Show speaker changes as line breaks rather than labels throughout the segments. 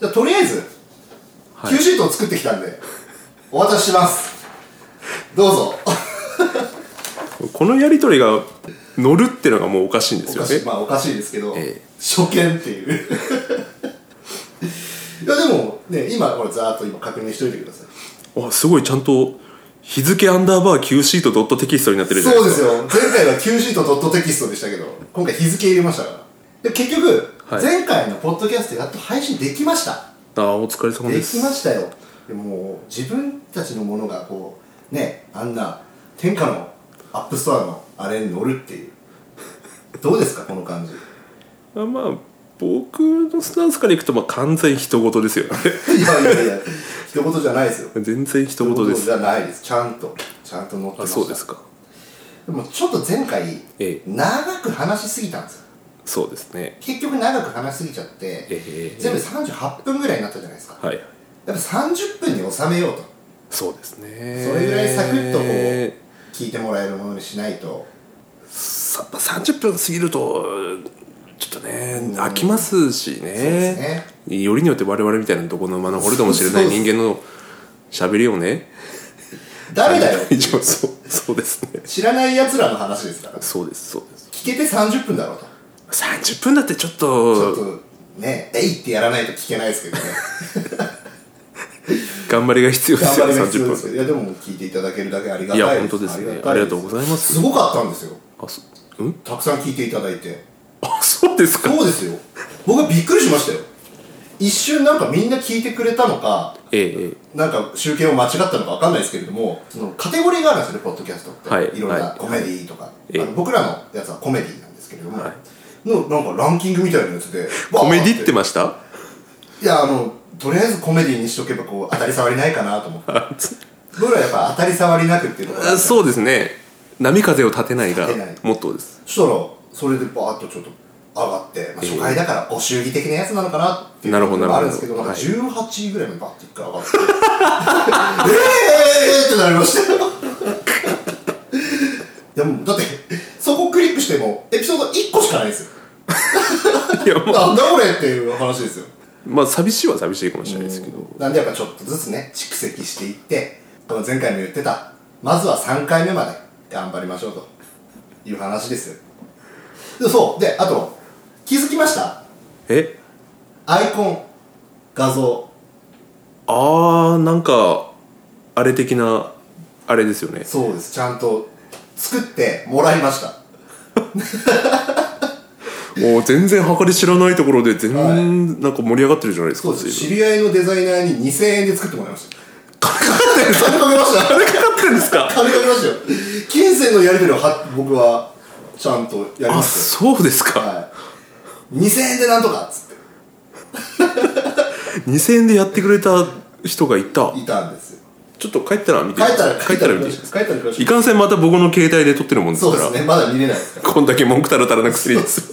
じゃあとりあえず、
は
Q シートを作ってきたん で、お渡しします。どうぞ。
このやり取りが乗るってのがもうおかしいんです
お
よ
かし
ね
いまあおかしいですけど、
ええ
初見っていう いやでもね今これざーっと今確認しといてください
あすごいちゃんと日付アンダーバー Q シートドットテキストになってるじゃな
そ
いう
で
で
すす
か
よ前回は Q シートドットテキストでしたけど今回日付入れましたからで結局、
はい
前回のポッドキャストやっと配信できました
ああお疲れ様
で
で
き
す
ましたよでもう自分たちのものがこうねあんな天下のアップストアのあれに乗るっていうどうですかこの感じ
あまあ僕のスタンスからいくとまあ完全人事ですよね
いやいやいや一言じゃないですよ
全然
そ
人
う
事
いう
で
こと
す
じゃないですちゃんとちゃんと乗ってま
あ
した
そうですか
でもちょっと前回
ええ
長く話しすぎたんですよ
そうですね
結局長く話しすぎちゃって、
ええ
全部38分ぐらいになったじゃないですか
はい
やっぱ30分に収めようと
そうですね
それぐらいサクッとこう
え
聞いてもらえるものにしないと
ーさ30分過ぎるとちょっとね
うん
飽きますし
そうです
ね
ね
よりによって我々みたいなどこの馬の掘るかもしれない
そうそう
人間の喋りをね
誰だよ
一応そうそうですね
知らない奴らの話ですから
そうですそうです
聞けて30分だろうと
30分だってちょっ
ちょっ
と
とねえいってやらないと聞けないですけ どね
頑張りが必要で
頑
す
張
よ
りが必要
30
ですけ
分
どいやでも聞いていただけるだけありがたい
いや本当ですねありがとう
ざい
ございま
ます
す
ごかったんですよ
あそうん
たくさん聞いていただいて
あそうですか
そうですよ僕はびっくりしましたよ一瞬なんかみんな聞いてくれたのか
ええええ
なんか集計を間違ったのかわかんないですけれどもそのカテゴリーがあるんですよねポッドキャストって、
はい
ろんな
はい
コメディとか、
ええ
あの僕らのやつはコメディなんですけれども、
は
のなんかランキングみたいなやつで
コメディって
わー
ました
いやあのとりあえずコメディにしとけばこう当たり障りないかなと思って
あつ
僕らやっぱ当たり障りなくっていうのが
あそうですね波風を立てないが
立てない
モットーです
そしたらそれでバーッとちょっと上がって、まあ、
ええ
初回だからご祝儀的なやつなのかなっていう
なるほど
のもあるんですけど
なるほど
なんか18ぐらいのバッて一回上がってえーってなりましたよいやもうだってそこクリックしてもエピソード1個しかないですよ
いやまあ
なんだこれっていう話ですよ
まあ寂しいは寂しいかもしれないですけど
なんでやっぱちょっとずつね蓄積していってこの前回も言ってたまずは3回目まで頑張りましょうという話ですよでそうであと気づきました
え
アイコン画像
あーなんかあれ的なあれですよね
そうですちゃんと作ってもらいました
もう全然計り知らないところで全然、
はい
なんか盛り上がってるじゃないですか
そうです
随
知り合いのデザイナーに2000円で作ってもらいました
分かってるんですか
金かけました
金かかってるんですか
金かけましたよ金銭のやり取りをは僕はちゃんとやりま
あ
し
そうです
たよ
か、
はい2000円でなんとかっつって
2000円でやってくれた人がいた
いたんですよ
ちょっと帰ったら見て
帰ったら
帰ったら見て
帰ったら帰ったら
いかんせんまた僕の携帯で撮ってるもんです
そ
か
うで
ら
すねまだ見れないですから
こんだけ文句たらたらな薬です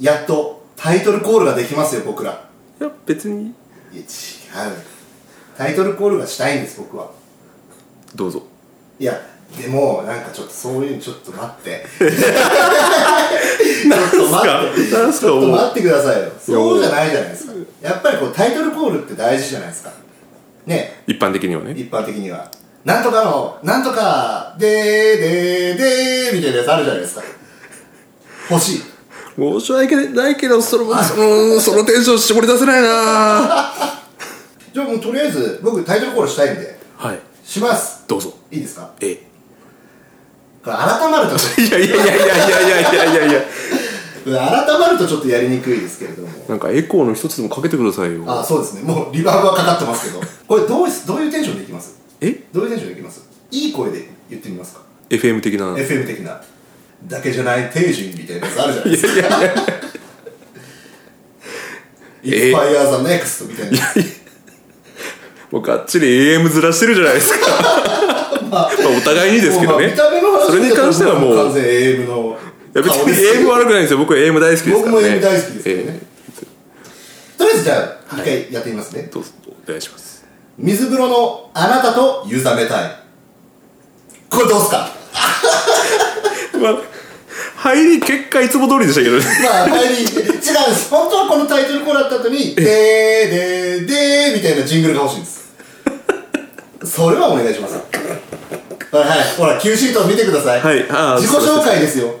やっとタイトルコールができますよ僕ら
いや別
い
に
や違うタイトルコールがしたいんです僕は
どうぞ
いやでもなんかちょっとそういうのちょっと待って
なんす
ちょっと待って
なんす
ち
か
ょっと
もう
待ってくださいよそうじゃないじゃないですかやっぱりこうタイトルコールって大事じゃないですかね
一般的にはね
一般的にはなんとかのなんとかでーでーでーみたいなやつあるじゃないですか欲しい
申し訳ないけどそのそのそのテンション絞り出せないな
じゃあもうとりあえず僕タイトルコールしたいんで
はい
します
どうぞ
いいですか
え
これ改まるとちょっ
いやいやいやいやいやいやいやいや
と改まるとちょっとやりにくいですけれども
なんかエコーの一つでもかけてくださいよ
あそうですねもうリバーブはかかってますけどこれどうすどういうテンションでいきます
え
どういうテンションでいきますいい声で言ってみますか
FM 的な
FM 的なだけじゃない定人みたいなやつあるじゃない
い
です
や
か
いやいや
インスパイアーザネクストみたいな
もうがっちり AM ずらしてるじゃないで すかまあお互いにですけど
もうまあ
ね
見た目の話
それに関してはも
完
う
全 AM の
いや別
顔で
に
すけ
AM
ど
悪くないんですよ僕 AM 大好きですからね
僕も AM 大好きですけどねとりあえずじゃあ一
は
回やってみますね、
どうぞお願いします
水風呂のあなたと湯冷めたいこれどうすか
まあ入り結果いつも通りでしたけどね
まあ、前に、違うんです。本当はこのタイトルコールだった後に、でーでーでーみたいなジングルが欲しいんです。それはお願いしますよ。はい、ほら、Q シートを見てください。
はいあー
自己紹介ですよ。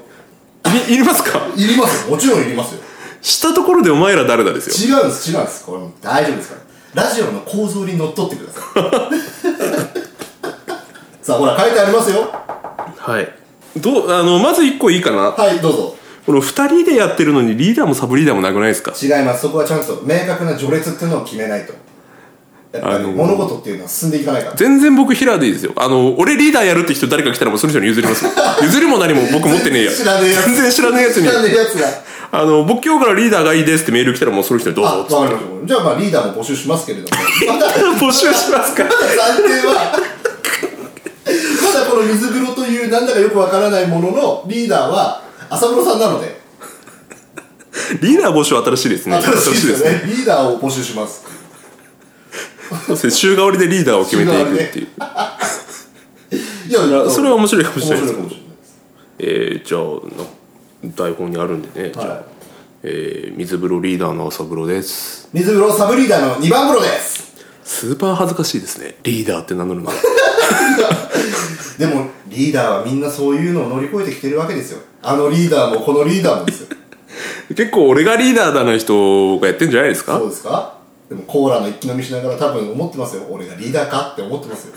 いいりますか
いりますよ。もちろんいりますよ。
したところでお前ら誰だですよ
違うんです、違うんです。これもう大丈夫ですから。ラジオの構造にのっとってくだ さい。さあ、ほら、書いてありますよ。
はいどうあのまず一個いいかな
はい、どうぞ。
この二人でやってるのにリーダーもサブリーダーもなくないですか
違います。そこはちゃんと明確な序列っていうのを決めないと。やっぱ
あ
り
のー
物事っていうのは進んでいかないから。
全然僕平でいいですよあの俺リーダーやるって人誰か来たらもうその人に譲りますよ譲りも何も僕持ってねえや
知らねえやつ
全然知らねえやつに
知らねえやつが。
あの僕今日からリーダーがいいですってメール来たらもうその人にどう
あ、
ぞ
わかりました。じゃあまあリーダーも募集しますけ れども。まだ、まだ
募集しますか
暫定は、まだこの水風呂というなんだかよくわからないもののリーダーは浅室さんなので、
リーダー募集新しいですね
新しいですよね。リーダーを募集します。
そうですね週替わりでリーダーを決めていくっていう、
いや、
やそれは面白いかもしれない
面白いかも
です
しれないです。
えー、じゃあな台本にあるんでね、じゃ
は
あ、えー、水風呂リーダーの朝風呂です
い。水風呂サブリーダーの2番風呂です。
スーパー恥ずかしいですねリーダーって名乗る のが
でも、リーダーはみんなそういうのを乗り越えてきてるわけですよ。あのリーダーもこのリーダーもです よ。
結構俺がリーダーだな人がやってんじゃないですか
そうですかでもコーラの一気飲みしながら多分思ってますよ俺がリーダーかって思って ますよ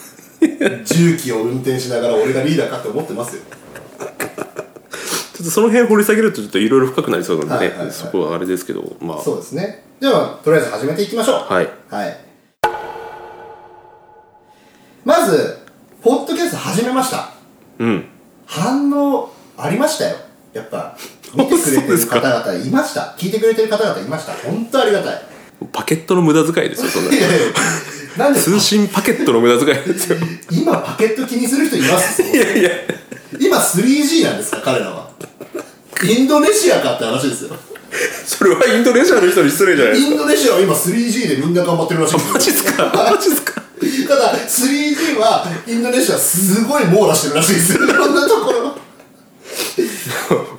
重機を運転しながら俺がリーダーかって思ってますよ
ちょっとその辺掘り下げるとちょっといろいろ深くなりそうなんでね、
はいはいはい
そこはあれですけどま
そうですねではとりあえず始めていきましょう
あはい
はいまずポッドキャスト始めました
うん
反応ありましたよやっ ぱ見てくれ
そう
て
で
る
すか
方々いました聞いてくれてる方々いました本当ありが たい
パケットの無駄遣いですよそ んな
なんで
通信パケットの無駄遣いですよい
今パケット気にする人います
やいや
今 3G なんですか彼らはインドネシアかって話 ですよ
それはインドネシアの人に失礼じゃないです
インドネシアは今 3G でみんな頑張ってるらしい
かマ
で
ジっすか マジっすか
すよ ただ 3G はインドネシアすごい網羅してるらしいですよいろんなところ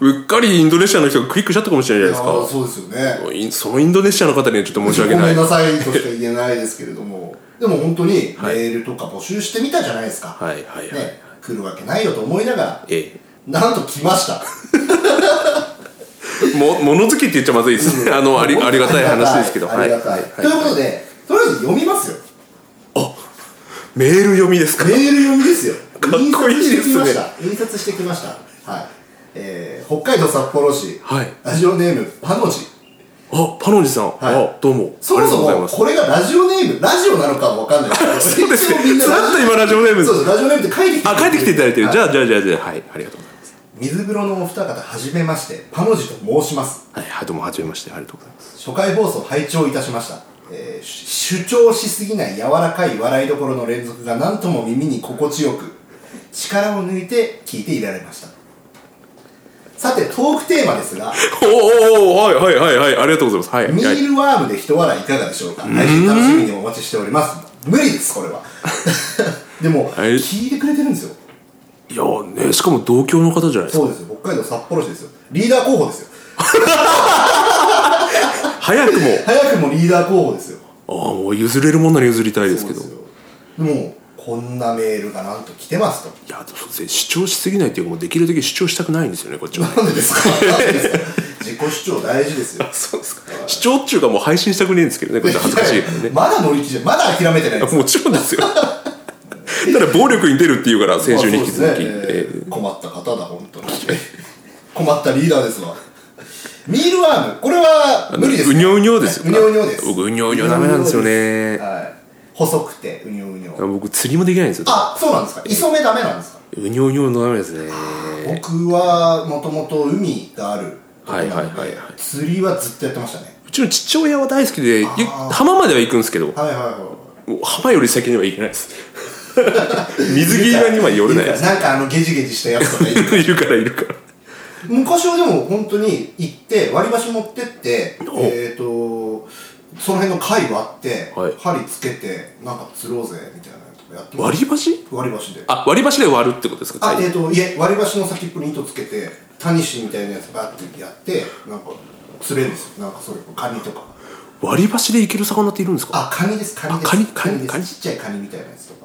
うっかりインドネシアの人がクリックしちゃったかもしれないじゃない
ああ
です
そうですよね
かインそのインドネシアの方にはちょっと申し
ご
訳な
め
い
ん
は
なさいとしか言えないですけれどもでも本当にメールとか募集してみたじゃないですか、
いはいはい、
ね来るわけないよと思いながら
え
なんと来ました
えも物好きって言っちゃまずいですねあの ありありがたい話ですけど
ありがたい、
は
ということで、とりあえず読みますよ
メール読みですか
メール読みですよ。
かっこいいです
印
ね
刷してきました。印刷してきました。はい。えー、北海道札幌市、
はい
ラジオネーム、パの字。
あパノジさん、
い
あどうも
そもそ
ありがとうござい
も、
ます
これがラジオネーム、ラジオなのかもわかんないですけど、
そうです
一応
ね
みんな
ずらっと今ラジオネーム
そうそう、ラジオネームって書いてきて
あ帰ってきていただいてる、
は
じゃあじゃあじゃあじゃあはいありがとうございます
水風呂のお二方、はじめまして、パの字と申します。
はいはいどうもはじめましてありがとうございます
初回放送拝聴いたしました、えー主主張しすぎない柔らかい笑いどころの連続が何とも耳に心地よく力を抜いて聞いていられましたさてトークテーマですが
おーおーおーはいはいはいはいありがとうございますはい
ミ
はい
ールワームで一笑いいかがでしょうか配信楽しみにお待ちしております無理ですこれは でも、
はい
聞いてくれてるんですよ
いやーねしかも同郷の方じゃないです
そ
か
うですよ北海道札幌市ですよリーダー候補ですよ
早くも
早くもリーダー候補ですよ
ああもう譲れるもんなら譲りたいですけど
そうですよでもこんなメールがなんと来てます と
いやそうですね主張しすぎないっていうかもうできるだけ主張したくないんですよねこっちは
なんでですか 自己主張大事ですよ。
そうですか主張っちゅうかもう配信したくねえんですけどねこっちは恥ずかしいから ね
まだ乗り気じゃ、まだ諦めてないです。
もちろんですよただ暴力に出るっていうから 先週に引き続
まあ
き、
そうですねえ
え
ー困った方だ、本当に。困ったリーダーですわ。ミールワーム、これは
ー
無理です、
うにょうにょですよ
うにょうにょです。
僕うにょうにょダメなんですよね
はい。細くて、うにょうにょ。
僕釣りもできないんですよ
あ、そうなんですか。磯目ダメなんですか。
うにょうにょのダメですね
僕はもともと海があるところなので。
はいはいはいはい
釣りはずっとやってましたね。
うちの父親は大好きでゆ
ー
浜までは行くんですけど
はいはいはい。
もう浜より先には行けないです 水着岩には寄れないです
なんかあのゲジゲジしたやつと かいる
いるからいるから
昔はでも本当に行って割り箸持ってって
お
えっ、とその辺の貝割って、
はい
針つけてなんか釣ろうぜみたいなのとかやってまし
割り箸
た割り箸であ
あ割り箸で割るってことですか
えっ、といえ割り箸の先っぽに糸つけてタニシみたいなやつバッてやってなんか釣れるんですよなんかそれカニとか
割り箸でいける魚っているんですか
あカニですカニです
あカニ
カニです
カニ
ちっちゃいカニみたいなやつとか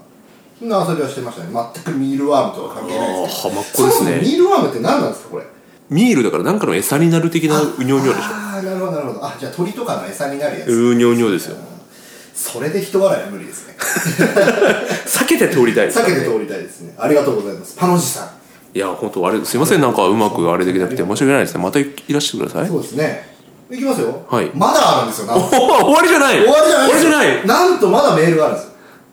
そんな遊びはしてましたね全くミールワームとは関係ないですけど
あー浜っ子です
そも
ね
そもミールワームって何なんですかこれ
ミールだからなんかの餌になる的なうにょうにょでしょ
ああなるほどなるほどあじゃあ鳥とかの餌になるやつ、
うにょうにょですよ
それで人笑いは無理ですね
避けて通りたいです
避
から
け
ね
て通りたいですねありがとうございますパの字さん
いや本当あれすいませんなんかうまくあれできなくて申し訳ないですねまたいらしてください
そうですねいきますよ
はい
まだあるんですよなんと
お 終わりじゃない
終わりじゃないですよ
終わりじゃない
なんとまだメールがあるんですよ、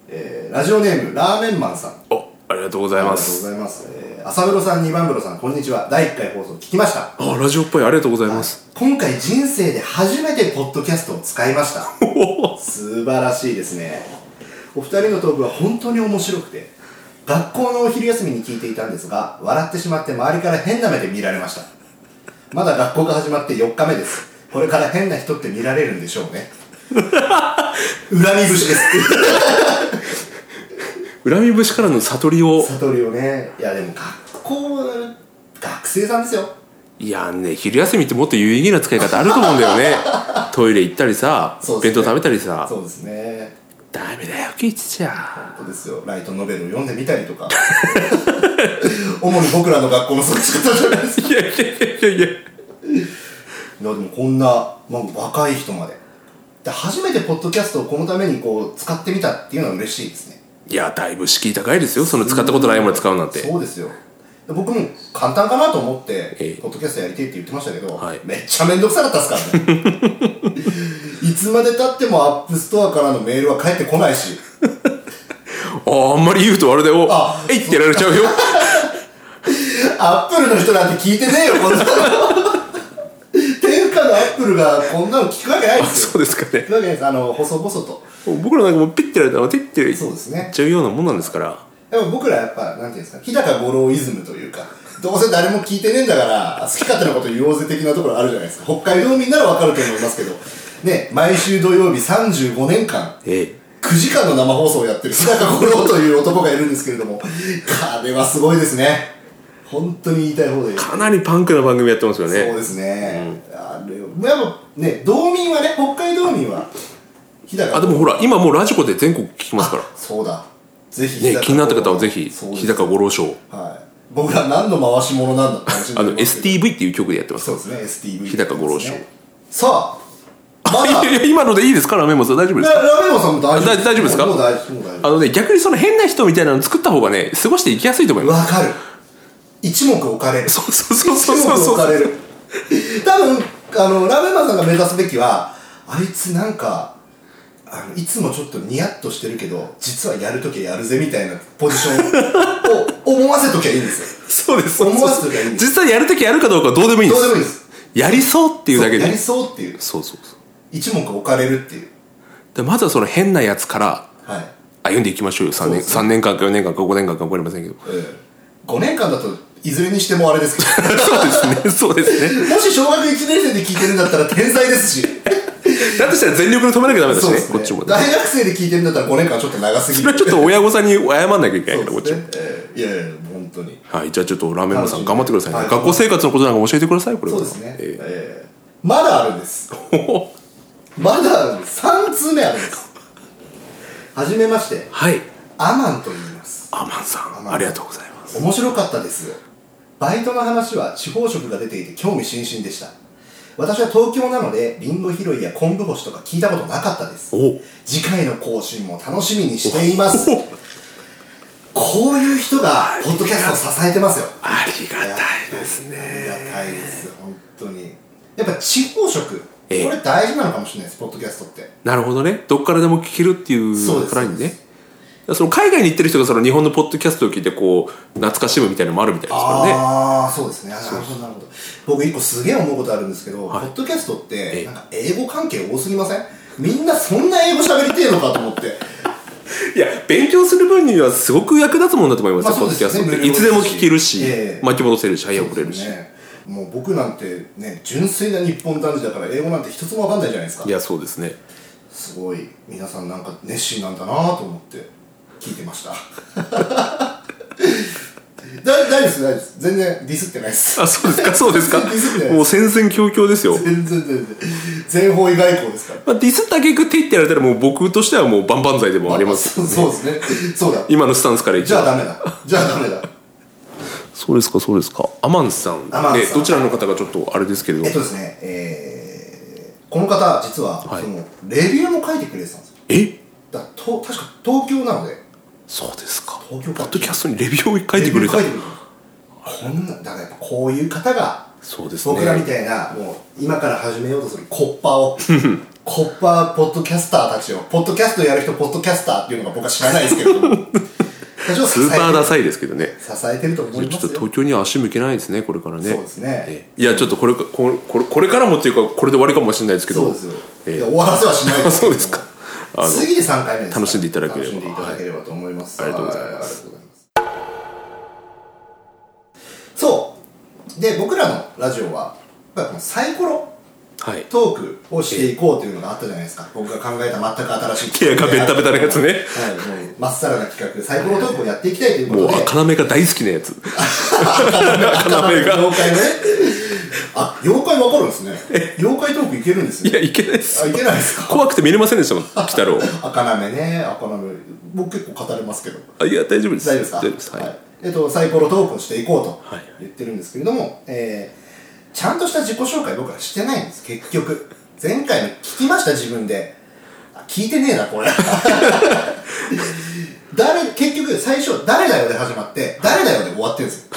えーラジオネームラーメンマンさんあ
おありがとうござい
りが
ま
とうご
す
ざいます、えー、朝風呂さん二番風呂さんこんにちは第1回放送聞きました
あラジオっぽいありがとうござ います
今回人生で初めてポッドキャストを使いました
お
素晴らしいですねお二人のトークは本当に面白くて学校のお昼休みに聞いていたんですが笑ってしまって周りから変な目で見られましたまだ学校が始まって4日目ですこれから変な人って見られるんでしょう ね恨み節です
恨み節からの悟りを
悟りをねいやでも学校学生さんですよ
いやね昼休みってもっと有意義な使い方あると思うんだよ ねトイレ行ったりさ、
そうです
弁
ね
当食べたりさ
そうですね
ダメだよケイチちゃん
本当ですよライトノベルを読んでみたりとか 主に僕らの学校の過ごし方じゃないですか
いやいやいやいや
いやでもこんな、まあ、若い人までで初めてポッドキャストをこのためにこう使ってみたっていうのは嬉しいですね
いやだいぶ敷居高いですよその使ったことないもの使うなんて
そうですよで僕も簡単かなと思って、
ええ
ポッドキャストやりてえって言ってましたけど、
はい
めっちゃ面倒くさかったですからね いつまでたってもアップストアからのメールは返ってこないし
ああんまり言うとあれだよ
あ
えいってやられちゃうよ
アップルの人なんて聞いてねえよこんなの天下のアップルがこんなの聞くわけないです
そうですかね
よ聞くわけないですあの細々と
僕らなんかもうピッてやられたらピッて
そう
い
ですね
っちゃうようなもんなんですから
でも僕らやっぱ、なんていうんですか、日高五郎イズムというか、どうせ誰も聞いてねえんだから、好き勝手なこと言おうぜ的なところあるじゃないですか。北海道民ならわかると思いますけど、ね、毎週土曜日35年間、
ええ
9時間の生放送をやってる日高五郎という男がいるんですけれども、彼はすごいですね。本当に言いたい放題。
かなりパンクな番組やってますよ
そう
ね
ですね。あれを、やっぱね、道民はね、北海道民は、日高五郎
あでもほら今もうラジコで全国聞きますから
そうだ。ぜひ
ね気になった
五郎
方はぜひ
そうです
日高五郎賞
はい。僕ら何の回し者なんだって話に
あ
なり
の
ますけど
STV っていう曲でやってます
そうですね、STV。
日高五郎賞。
さあ、まだ、
あいやいや 今のでいいですかラメモさん大丈夫ですか
ララメモさんも大丈夫
だ大丈夫ですか
もう大丈夫、もう大丈
あのね逆にその変な人みたいなの作った方がね過ごしていきやすいと思い
夫。
ま
わかる。一目置かれる。
すそうそうそう
一
そう
目
そう
置
そ
かれ
う
る。多分、あの、ラメマさんが目指すべきは、あいつなんか、あのいつもちょっとニヤッとしてるけど、実はやるときはやるぜみたいなポジションを 思わせときゃいいんですよ。
そうですそう
思わせ
そ
と
う
きゃいいんです
実際やるときやるかどうかはどうでもいいん
ど
で
うでもいい
す
です。
やりそうっていうだけ
やり
で
そうっていう。
そうそうそう
一目置かれるっていう。
でまずはその変なやつから
はい。
歩んでいきましょうよ3
そう
年
ですね
三年間か4年間か5年間か分かりませんけど
ええ5年間だといずれにしてもあれですけ
そうですねそうですね
どもし小学1年生で聞いてるんだったら天才ですし
だとしたら全力で止めなきゃダメだし
そう
ね
です
こっちもね
大学生で聞いてるんだったら5年間はちょっと長すぎ
そ れ
る
はちょっと親御さんに謝んなきゃいけないか
そ
らこっ
う
ち
です
も
ね、ええいやいや本当に
はい、じゃあちょっとラーメンマンさん頑張ってくださいね、
はい
学校生活のことなんか教えてくださいこれ
そ
は
うですね、ええ
え
まだあるんです
え
まだある3通目あるんですはじめまして
はい
アマンと言います
アマンさ
アマン
ん
さん
ありがとうございます
面白かったですよバイトの話は地方食が出ていて興味津々でした私は東京なのでリンゴ拾いや昆布干しとか聞いたことなかったです
お
次回の更新も楽しみにしていますこういう人がポッドキャストを支えてますよ
ありがたいですね
ありがたいですよ本当にやっぱ地方食こ
ええ
れ大事なのかもしれないですポッドキャストって
なるほどねどっからでも聞けるっていう
そうです
からに
そう
ね
で
その海外に行ってる人がその日本のポッドキャストを聞いてこう懐かしむみたいなのもあるみたいですからね
ああそうですねあなるほどなるほど僕一個すげえ思うことあるんですけど、
はい
ポッドキャストって
え
なんか英語関係多すぎませんみんなそんな英語喋りてえのかと思って
いや勉強する分にはすごく役立つものだと思いますよ、
まあそう
ポッ
で
ド
す
キ
よ
ャ
ね
ストって
無料
い
です
つ
し
でも聞けるし、
ええ
巻き戻せるし早送れるし、
そうですねもう僕なんてね純粋な日本男児だから英語なんて一つもわかんないじゃないですか
いやそうですね
すごい皆さんなん か熱心なんだなと思って聞いてましただ大丈夫です、大丈夫です。全然ディスってないです。
あ、そうですか、そうですか
ディスって。ない
もう戦々恐々ですよ。
全然全然。全方位外交ですから。
まあ、ディスった挙句手ってやられたらもう僕としてはもう万々歳でもあります。
そうそうですね。そうだ。
今のスタンスから一
じゃあ
応。
ダメだ。じゃあダメだ。
そうですか、そうですか。アマンさん。
アマンさん
ねどちらの方がちょっとあれですけれど
えっ。とですね、えー、この方、実は、
はい
その、レビューも書いてくれてたんですよ。
え
だからと確か東京なので、
そうですか。ポ
東京
ッ
か
ドキャストにレビューを書いてく
レ。ビュ
れた
ー書いてくれた。こんな、だからやっぱこういう方が、
そうですね。
僕らみたいな、もう、今から始めようとするコッパを、コッパーポッドキャスターたちを、ポッドキャストやる人、ポッドキャスターっていうのが僕は知らないですけれども、
ス
ス
ーパーダサいですけどね。
支えてると思い
ち
ま
ょっと
すよ。
東京には足向けないですね、これからね。
そうですね
ええいや、ちょっとこれかこれこれこれからもっていうか、これで終わりかもしれないですけど。
そうですよ。
ええ
いや終わらせはしない
あ そうですか。あの
次で3回目ですから
楽しんでいただければ
楽しんでいただければと思います、
はいありがとうござい
は
ます
ありがとうございますそうで僕らのラジオはやっぱこのサイコロ
はい。
トークをしていこうというのがあったじゃないですか僕が考えた全く新しい企画
いやベタベタなやつね
はいもうまっさらな企画サイコロトークをやっていきたいというこ
もう、
とで
あかなめが大好きなやつ。
赤
目が
妖怪ねあ妖怪わかるんですね妖怪トークいけるんですね
いや、いけないです
あ。いけないですか
怖くて見れませんでしたもん、鬼太 郎。
赤なめね赤なめ僕結構語れますけど
あいや、大丈夫です。
大丈夫ですか
大丈夫です。はい。
えっとサイコロトークをしていこうと
はい
言ってるんですけれども、えーちゃんとした自己紹介僕はしてないんです結局前回も聞きました自分であ聞いてねえなこれ 誰結局最初「誰だよ」で始まって「誰だよ」で終わってるんですよ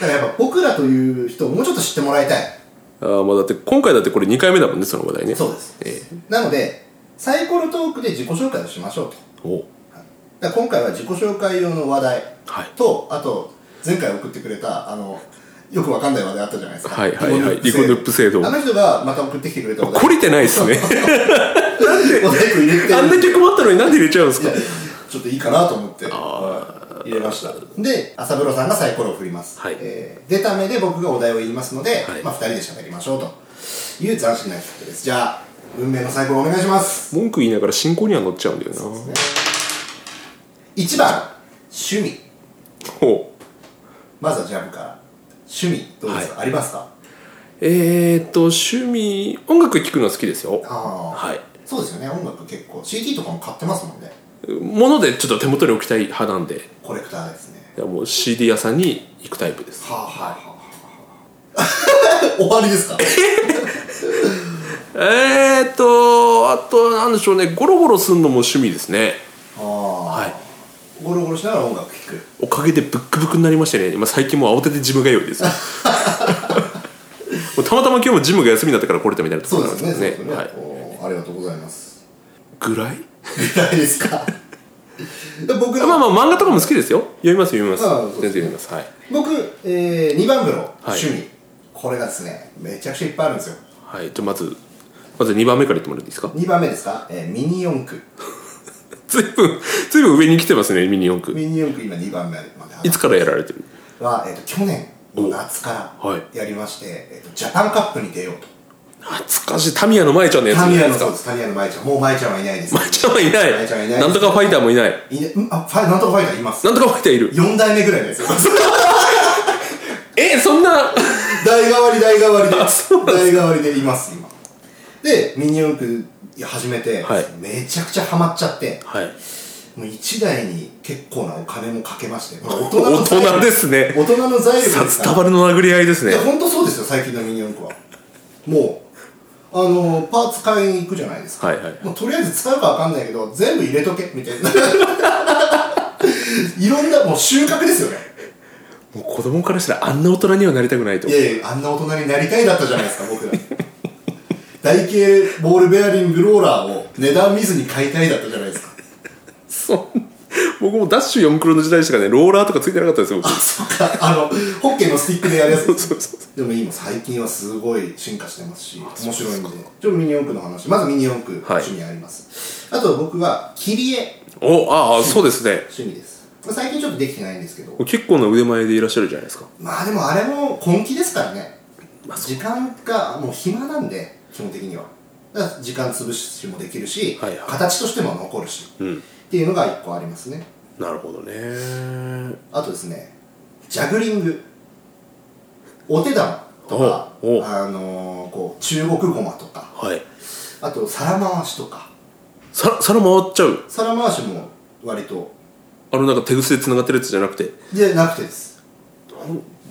だからやっぱ僕らという人をもうちょっと知ってもらいたい
あーまあだって、今回だってこれ2回目だもんね、その話題ね。
そうです、
え
なのでサイコロトークで自己紹介をしましょうと
えお
だから今回は自己紹介用の話題
はい
と、あと前回送ってくれたあのよくわかんない話題あったじゃないですか
はいはいはい
リコヌップ制
リコ
度
ヌップ制度
あの人がまた送ってきてくれたお題
懲りてないですね。なんで
お題入れて
あんだけ困ったのになんで入れちゃうんですか
ちょっといいかなと思ってはい入れましたで朝風呂さんがサイコロを振ります、
はい
えー出た目で僕がお題を言いますので、
はい
まあ、2人で喋りましょうという斬新な企画ですじゃあ運命のサイコロお願いします
文句言いながら進行には乗っちゃうんだよな。
1番趣味
ほう
まずはジャブから趣味どうですか、ありますか
えーっと、趣味、音楽聴くのは好きですよ。
あー
はい。
そうですよね音楽結構 CD とかも買ってますもんね
物でちょっと手元に置きたい派なんで、
コレクターですね
いやもう CD 屋さんに行くタイプです。
はあはいはあはあ 終わりですか
えーっと、あと、なんでしょうね、ゴロゴロするのも趣味ですね。
ああ
はい
ゴロゴロしながら音楽聴く
おかげでブックブックになりましてね、今最近もう慌ててジムが良い です。もうたまたま今日もジムが休みだったから来れたみたいなと
そ
こ
う
ろ
で
なんですす
ね
け
そ
ど
う
ね。
ですね、
はい。
おーありがとうございます
ぐらい
ぐらいです かで僕ら、
まあまあ漫画とかも好きですよ。読みます読みます。
ああそう
全然
ですね
読みます。はい。
僕、えー、2番風呂、
はい
趣味これがですねめちゃくちゃいっぱいあるんですよ
はい。じゃあまず、まず2番目から言ってもらっていいですか
2番目ですか、えー、ミニ四駆
ずいぶん、ずいぶん上に来てますね、ミニ四駆。
ミニ四駆今2番目まで
いつからやられてる
は、えー、と去年の夏か
おはい
らやりまして、えー、とジャパンカップに出ようと
懐かしい。タミヤの舞ちゃんのやつ
タミヤの
か
そうですタミヤの舞ちゃんもう舞ちゃんはいないです
舞ちゃんはいな
舞ちゃんはいない
い。なんとかファイターもいない。
いねうんあファイなんとかファイターい ます
なんとかファイターいる。
4代目ぐらいのやつ
え、そんな、
代替わり代替わりで
あそう
代替わりでいます今でミニ四駆始めて、
はい
めちゃくちゃハマっちゃって
はい。
もう1台に結構なお金もかけまして、まあ、大
大
財力
人ですね。
大人の財力です
札
から
束の殴り合いです
い
ね
や。本当そうですよ最近のミニ四駆はもうあのーパーツ買いに行くじゃないですか、
はいはい
もうとりあえず使うかわかんないけど全部入れとけみたいな いろんなもう収穫ですよね
もう子供からしたらあんな大人にはなりたくないと
い。やいやあんな大人になりたいだったじゃないですか僕ら 台形ボールベアリングローラーを値段見ずに買いたいだったじゃないですか
そん僕もダッシュ4クロの時代でしたからね、ローラーとかついてなかったですよ。僕
あそっかあのホッケーのスティックでやるやつ
そうそう
でも今最近はすごい進化してますし面白いんでちょっとミニ四駆の話まずミニ四駆
はい
趣味あります、あと僕は切り絵
お、ああ、そうですね。
趣味ですまあ最近ちょっとできてないんですけど
結構な腕前でいらっしゃるじゃないですか。
まあでもあれも根気ですからね
まあそう
時間がもう暇なんで基本的にはだから時間潰しもできるし、
はいはい
形としても残るし、
うん
っていうのが一個ありますね
なるほどね。
あとですねジャグリングお手玉とか
おお
あのーこう中国ごまとか
はい
あと皿回しとか
さ皿回っちゃう
皿回しも割と
あのなんか手癖で繋がってるやつじゃなくて
じゃなくてです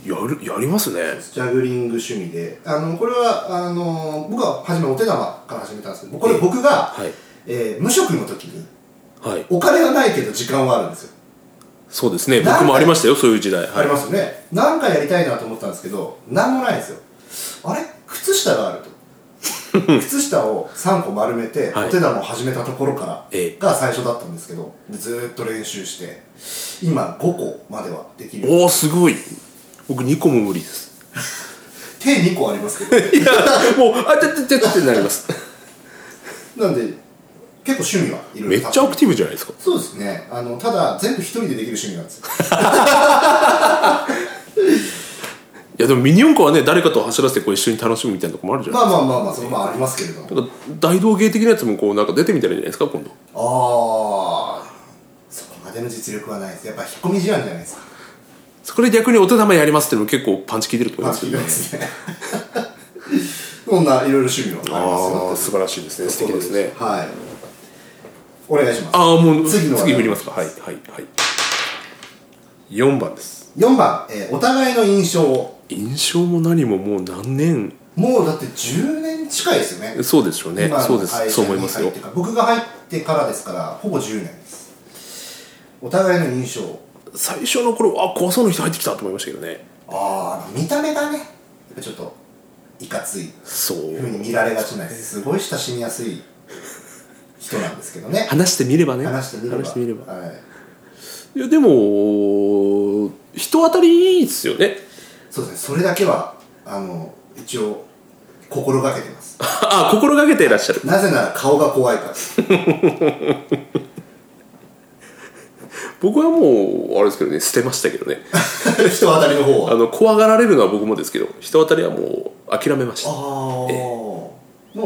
やるやりますね
ジャグリング趣味であのこれはあのー僕は初めお手玉から始めたんですけどこれ僕が、
はい
えー無職の時に
はい
お金はないけど時間はあるんですよ
そうですね
なんか
僕もありましたよそういう時代
あ
は
り
い
ますよねなんかやりたいなと思ったんですけどなんもないんですよあれ靴下がある と靴下を3個丸めて
はい
お手玉を始めたところから
ええ
が最初だったんですけどでずーっと練習して今5個まではできる
おおすごい僕2個も無理です
手2個ありますけ
いや もうあちゃちゃちゃってなります
どなんで結構趣味はいろいろ
めっちゃアクティブじゃないですか
そうですねあのただ全部一人でできる趣味なんですよ
いやでもミニ四駆はね誰かと走らせてこう一緒に楽しむみたいなとこもあるじゃない
まあまあまあまあそれまあありますけれども
なんか大道芸的なやつもこうなんか出てみたらいいんじゃないですか今度
ああそこまでの実力はないですやっぱ引っ込み思案じゃないですか
そこで逆にお手玉やりますっていうのも結構パンチ効いてると 思い
まあ、
ますけ
聞い
ど
てますね。そんないろいろ趣味はありますよ。
あー素晴らしいですね素敵ですね
はい。お願いします。
ああもう
次
次
の話題
次振りますかはいはいはい4番です
4番、えーお互いの印象を。
印象も何ももう何年
もうだって10年近いですよね。
そうですよね
今の
そうで
会
す
社
そう
に
思います
入っ
よ
てから僕が入ってからですから、ほぼ10年です。お互いの印象を。
最初の頃あ怖そうな人入ってきたと思いましたけどね
ああ、見た目がね、やっぱちょっと、いかつい
そう
ふうに見られがちなんです。すごい親しみやすい人なんですけどね。
話してみればね
話してみれば。
話してみれば
はい。
いやでも人当たりいいっすよね
そうですねそれだけはあの一応心がけてます
あ心がけていらっしゃる
なぜなら顔が怖いから
僕はもうあれですけどね捨てましたけどね
人当たりの方
あ
は
の怖がられるのは僕もですけど人当たりはもう諦めました
ああ
い
もう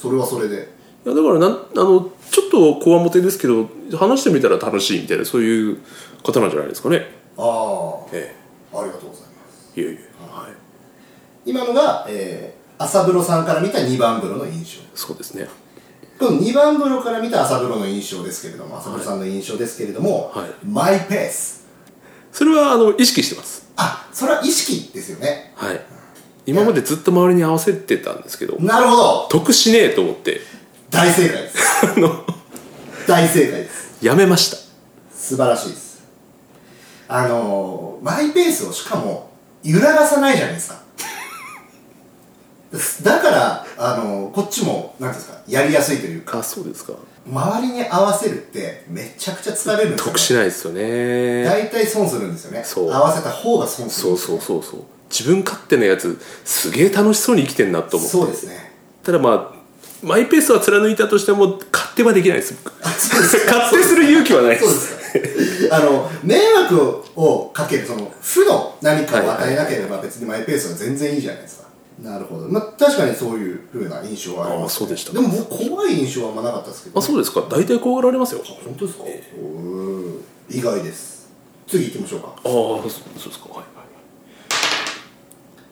それはそれで
やだからなんあのちょっとこわもてですけど話してみたら楽しいみたいなそういう方なんじゃないですかね
ああ
え
ありがとうございます
えいやいやはい
今のが、えー、朝風呂さんから見た2番風呂の印象
そうですね
この2番風呂から見た朝風呂の印象ですけれども朝風呂さんの印象ですけれども、
はい
マイペース
それはあの意識してます
あそれは意識ですよね
はい今までずっと周りに合わせてたんですけど
なるほど
得しねえと思って
大正解です
あの
大正解です
やめました
素晴らしいですあのーマイペースをしかも揺らがさないじゃないですか だから、あのーこっちもなんていうんですかやりやすいというか
あそうですか
周りに合わせるってめちゃくちゃ疲れるんですよ、
得しないですよね
大体損するんですよね
そう
合わせた方が損す
そ
る
うそうそうそう自分勝手なやつすげえ楽しそうに生きてんなと思って
そうですね
ただまあマイペースは貫いたとしても勝手はできないです 僕
そうです
勝手する勇気はないで
そうですすかあの迷惑をかけるその負の何かを与えなければ別にマイペースは全然いいじゃないですかなるほど、まあ、確かにそういうふうな印象はあります、ね、
ああそうでした
でも僕怖い印象はあんまなかったですけど、
あそうですか大体怖がられますよあ
本当ですか、うん意外です次行きましょうか
あそうそうですかはいはい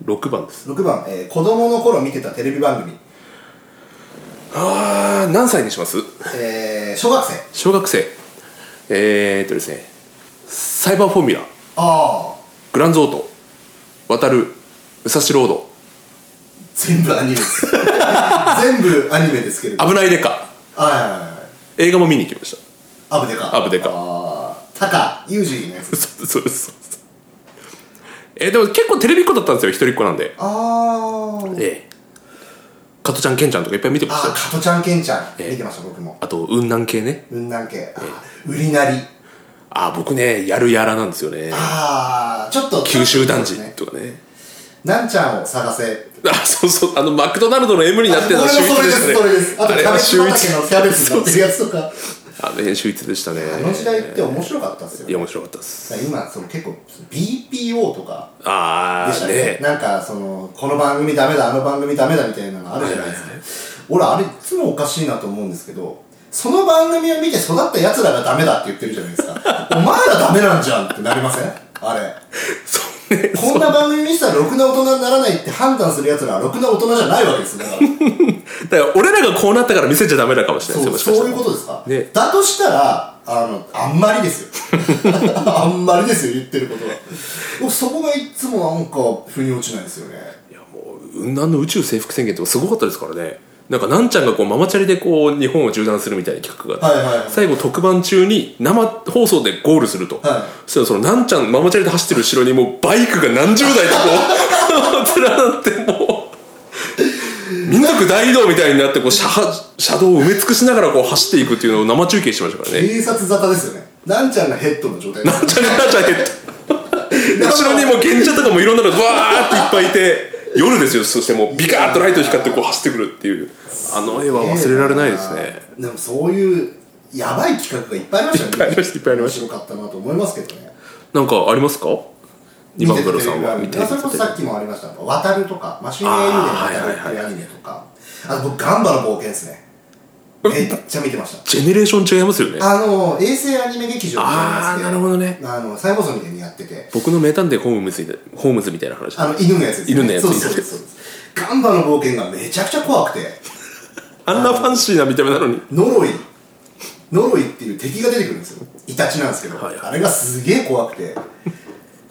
6番です
6番、えー子供の頃見てたテレビ番組、
ああ何歳にします
えー小学生
小学生えー、っとですねサイバーフォーミュラ
ああ
グランゾート渡る武蔵ロード
全部アニメです 全部アニメですけれど
危ないデカ
はいはいはいはい
映画も見に行きまし
アブデカ
アブデ
あ
カ
あタカユージのやつ
たそうそうそうえーでも結構テレビっ子だったんですよ一人っ子なんで
あー
ええ加トちゃんケンちゃんとかいっぱい見てました
あ
よ
ー、加トちゃん、ケンちゃん、
ええ
見てました、僕も。
あと雲南系ね
雲南系、あー、売りなり、
ああ僕ねやるやらなんですよね
あー、ちょっと、
九州男児
そうですね
とかね
なんちゃんを探せ。
あそうそうあのマクドナルドの M になってたの
あ
秀
そ
逸
れ
で
で
した
す、
ね
それです。あと、
あ
キ
れ
ャ
は
ベツ
秀
畑
逸
のキャベツになってるやつとか。
あの秀逸でしたね
あの時代って面白かったっすよ
いや
ね。
面白かったです
だから今、その結構、BPO とか
あ
でし
あ
た
ね
ね。なんか、その、この番組ダメだ、あの番組ダメだみたいなのあるじゃないですか。俺、あれ、いつもおかしいなと思うんですけど、その番組 を見て育った奴らがダメだって言ってるじゃないですか。お前らダメなんじゃんってなりませんあれ。
そうね
こんな番組見てたらろくな大人にならないって判断する奴らはろくな大人じゃないわけですよだ から
だから俺らがこうなったから見せちゃダメだかもしれない
そう
ですよ
そうい
も
う
し
こ
かし
とですか、
ね
だとしたらあのあんまりです よあんまりですよ言ってることは僕そこがいつもなんか腑に落ちないですよね
たらもう雲南の宇宙征服宣言とかすごかったですからねなんかなんちゃんがこうママチャリでこう日本を縦断するみたいな企画があ
は
って、
いはいはい
最後特番中に生放送でゴールすると、
は
そしたらそのなんちゃんママチャリで走ってる後ろにもうバイクが何十台とこう 連なってもう民族大移動みたいになってこう車車道を埋め尽くしながらこう走っていくっていうのを生中継しましたか らね
警察沙汰ですよねなんちゃんがヘッドの状態
なんちゃらなんちゃら減った後ろにもう現茶とかもいろんなのがわーっていっぱいいて夜ですよそしてもうビカーッとライト光ってこう走ってくるっていうあの絵は忘れられないですね
でもそういうやばい企画がいっぱいありましたよね
いっぱいありましたいっぱいありました
面白かったなと思いますけどね
なんかありますか今村さんは
見
見
て
て
るテレビがある
る
それこそさっきもありました「渡る」とか「マシュマロエイデン」渡るっていうアニメとかあと僕「ガンバの冒険」ですねめっちゃ見てました
ジェネレーション違いますよね
あの衛星アニメ劇場みたいなやつで
あーなるほどね
あの再放送みたいにやってて
僕の名探偵ホームズみたいホームズみたいな話
あの犬のやつです、ね、
犬のやつ
そうそうそうそうガンバの冒険がめちゃくちゃ怖くて
あんなファンシーな見た目なのに
呪い呪いっていう敵が出てくるんですよイタチなんですけど、
はいはい
あれがすげえ怖くて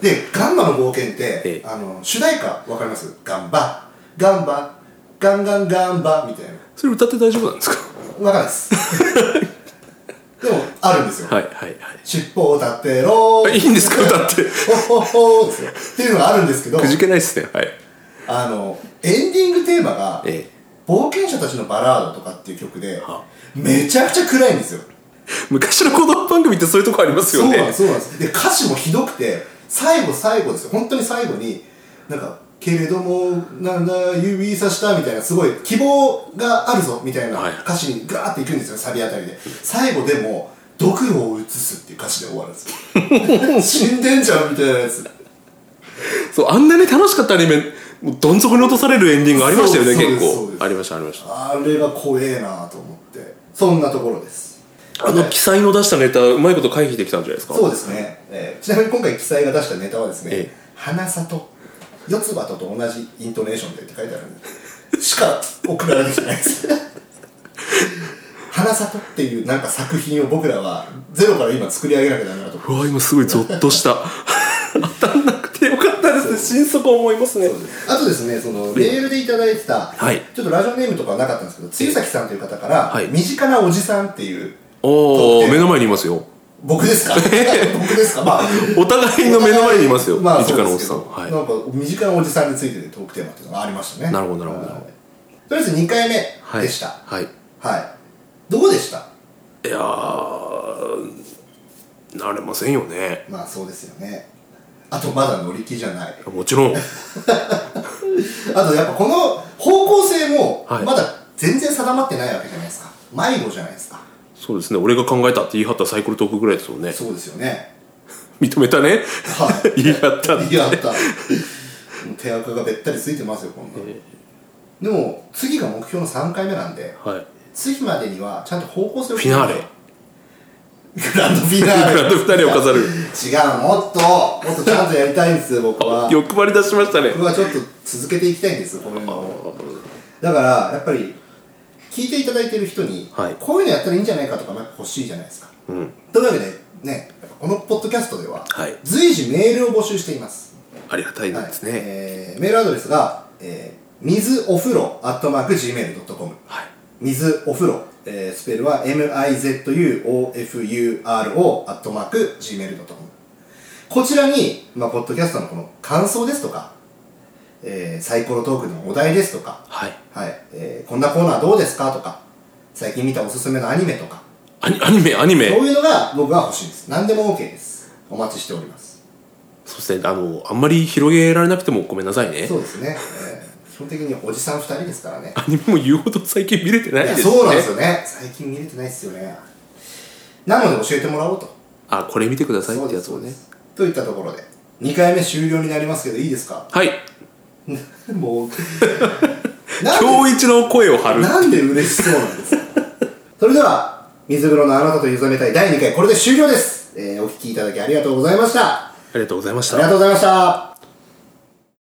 で「ガンバの冒険」っ
え
て
え
あの主題歌わかりますガンバガンバガンガンガンバみたいな
それ歌って大丈夫なんですか
わかんないです でもあるんですよ、
はいはいは
尻尾を立ってろー
いいいんですか歌って
ほっほっほーっつってっていうのがあるんですけど
くじけないっすねはい
あのエンディングテーマが
ええ
「冒険者たちのバラード」とかっていう曲で
は
めちゃくちゃ暗いんですよ
昔の子供番組ってそういうとこあります
そ
よ
う
ね
なんですそうなんですで歌詞もひどくて最後最後ですよ本当に最後になんか「けれどもなんだ指さした」みたいなすごい希望があるぞみたいな
はい
歌詞にガーっていくんですよサビあたりで最後でも「毒を移す」っていう歌詞で終わるんです よ死んでんじゃんみたいなやつ
そうあんなに楽しかったアニメもうどん底に落とされるエンディングありましたよね
そうそう
結
ですそうです
構ありましたありました
あれが怖えなと思ってそんなところです
あの記載の出したネタうまいこと回避できたんじゃないですか
そうですね、えーちなみに今回記載が出したネタはですね「
ええ
花里四つ葉とと同じイントネーションで」って書いてあるんでしか送られてきてないです花里っていうなんか作品を僕らはゼロから今作り上げなきゃダメだと思
うわ今すごいゾッとした当たんなくてよかったですね心底思いますね
あとですねそのメールでいただいてた、
はい
ちょっとラジオネームとかはなかったんですけど露崎さんという方から、
はい
身近なおじさん」っていう
おお目の前にいますよ
僕です か僕ですかまあ
お互いの目の前にいますよ、
まあ、
身近な
そうで
おじ
す
さ
け
ん
ど
はい
なんか身近なおじさんについてのトークテーマっていうのがありましたね
なるほどなるほ
は
ど
いとりあえず2回目
はい
でしたは
はい
い、どうでした
いやー慣れませんよね
まあそうですよねあとまだ乗り気じゃない
もちろん
あとやっぱこの方向性も
はい
まだ全然定まってないわけじゃないですか迷子じゃないですか
そうですね俺が考えたって言い張ったサイコロトークぐらいですもんね
そうですよね
認めたね
はい
言い張ったって
やったもう手垢がべったりついてますよこんなの、でも次が目標の3回目なんで
はい
次までにはちゃんと方向性を
フィナーレ
グランドフィナーレ
グランドフィナーレを飾る
違うもっともっとちゃんとやりたいんですよ僕は
欲張り出しましたね
僕はちょっと続けていきたいんですよこういうのをだからやっぱり聞いていただいてる人に、
はい
こういうのやったらいいんじゃないかとかなんか欲しいじゃないですか
うん
というわけでねやっぱこのポッドキャストでは、
はい
随時メールを募集しています
ありがたいです
はい
ね
えーメールアドレスが、えー、水お風呂アットマーク Gmail.com
はい
水お風呂、えースペルは mizufuro アットマーク gmail.com こちらに、まあ、ポッドキャストのこの感想ですとか、えーサイコロトークのお題ですとか、
はい
はいえーこんなコーナーどうですかとか最近見たおすすめのアニメとか
アニアニメアニ
そう
メ
いうのが僕は欲しいです何でも OK ですお待ちしております
そしてあのあんまり広げられなくてもごめんなさいね
そうですね、えー基本的におじさん2人ですからね
アニメも言うほど最近見れてない
いや
ですね
そうなんですよね最近見れてないですよねなので教えてもらおうと
あこれ見てくださいってやつをね
といったところで2回目終了になりますけどいいですか
はい
もうなん
今日一の声を張
で
る
なんで嬉しそうなんですかそれでは水風呂のあなたとゆざめたい第2回これで終了です、えーお聞きいただきありがとうございました
りがとうございまし
あり
た
がとうございました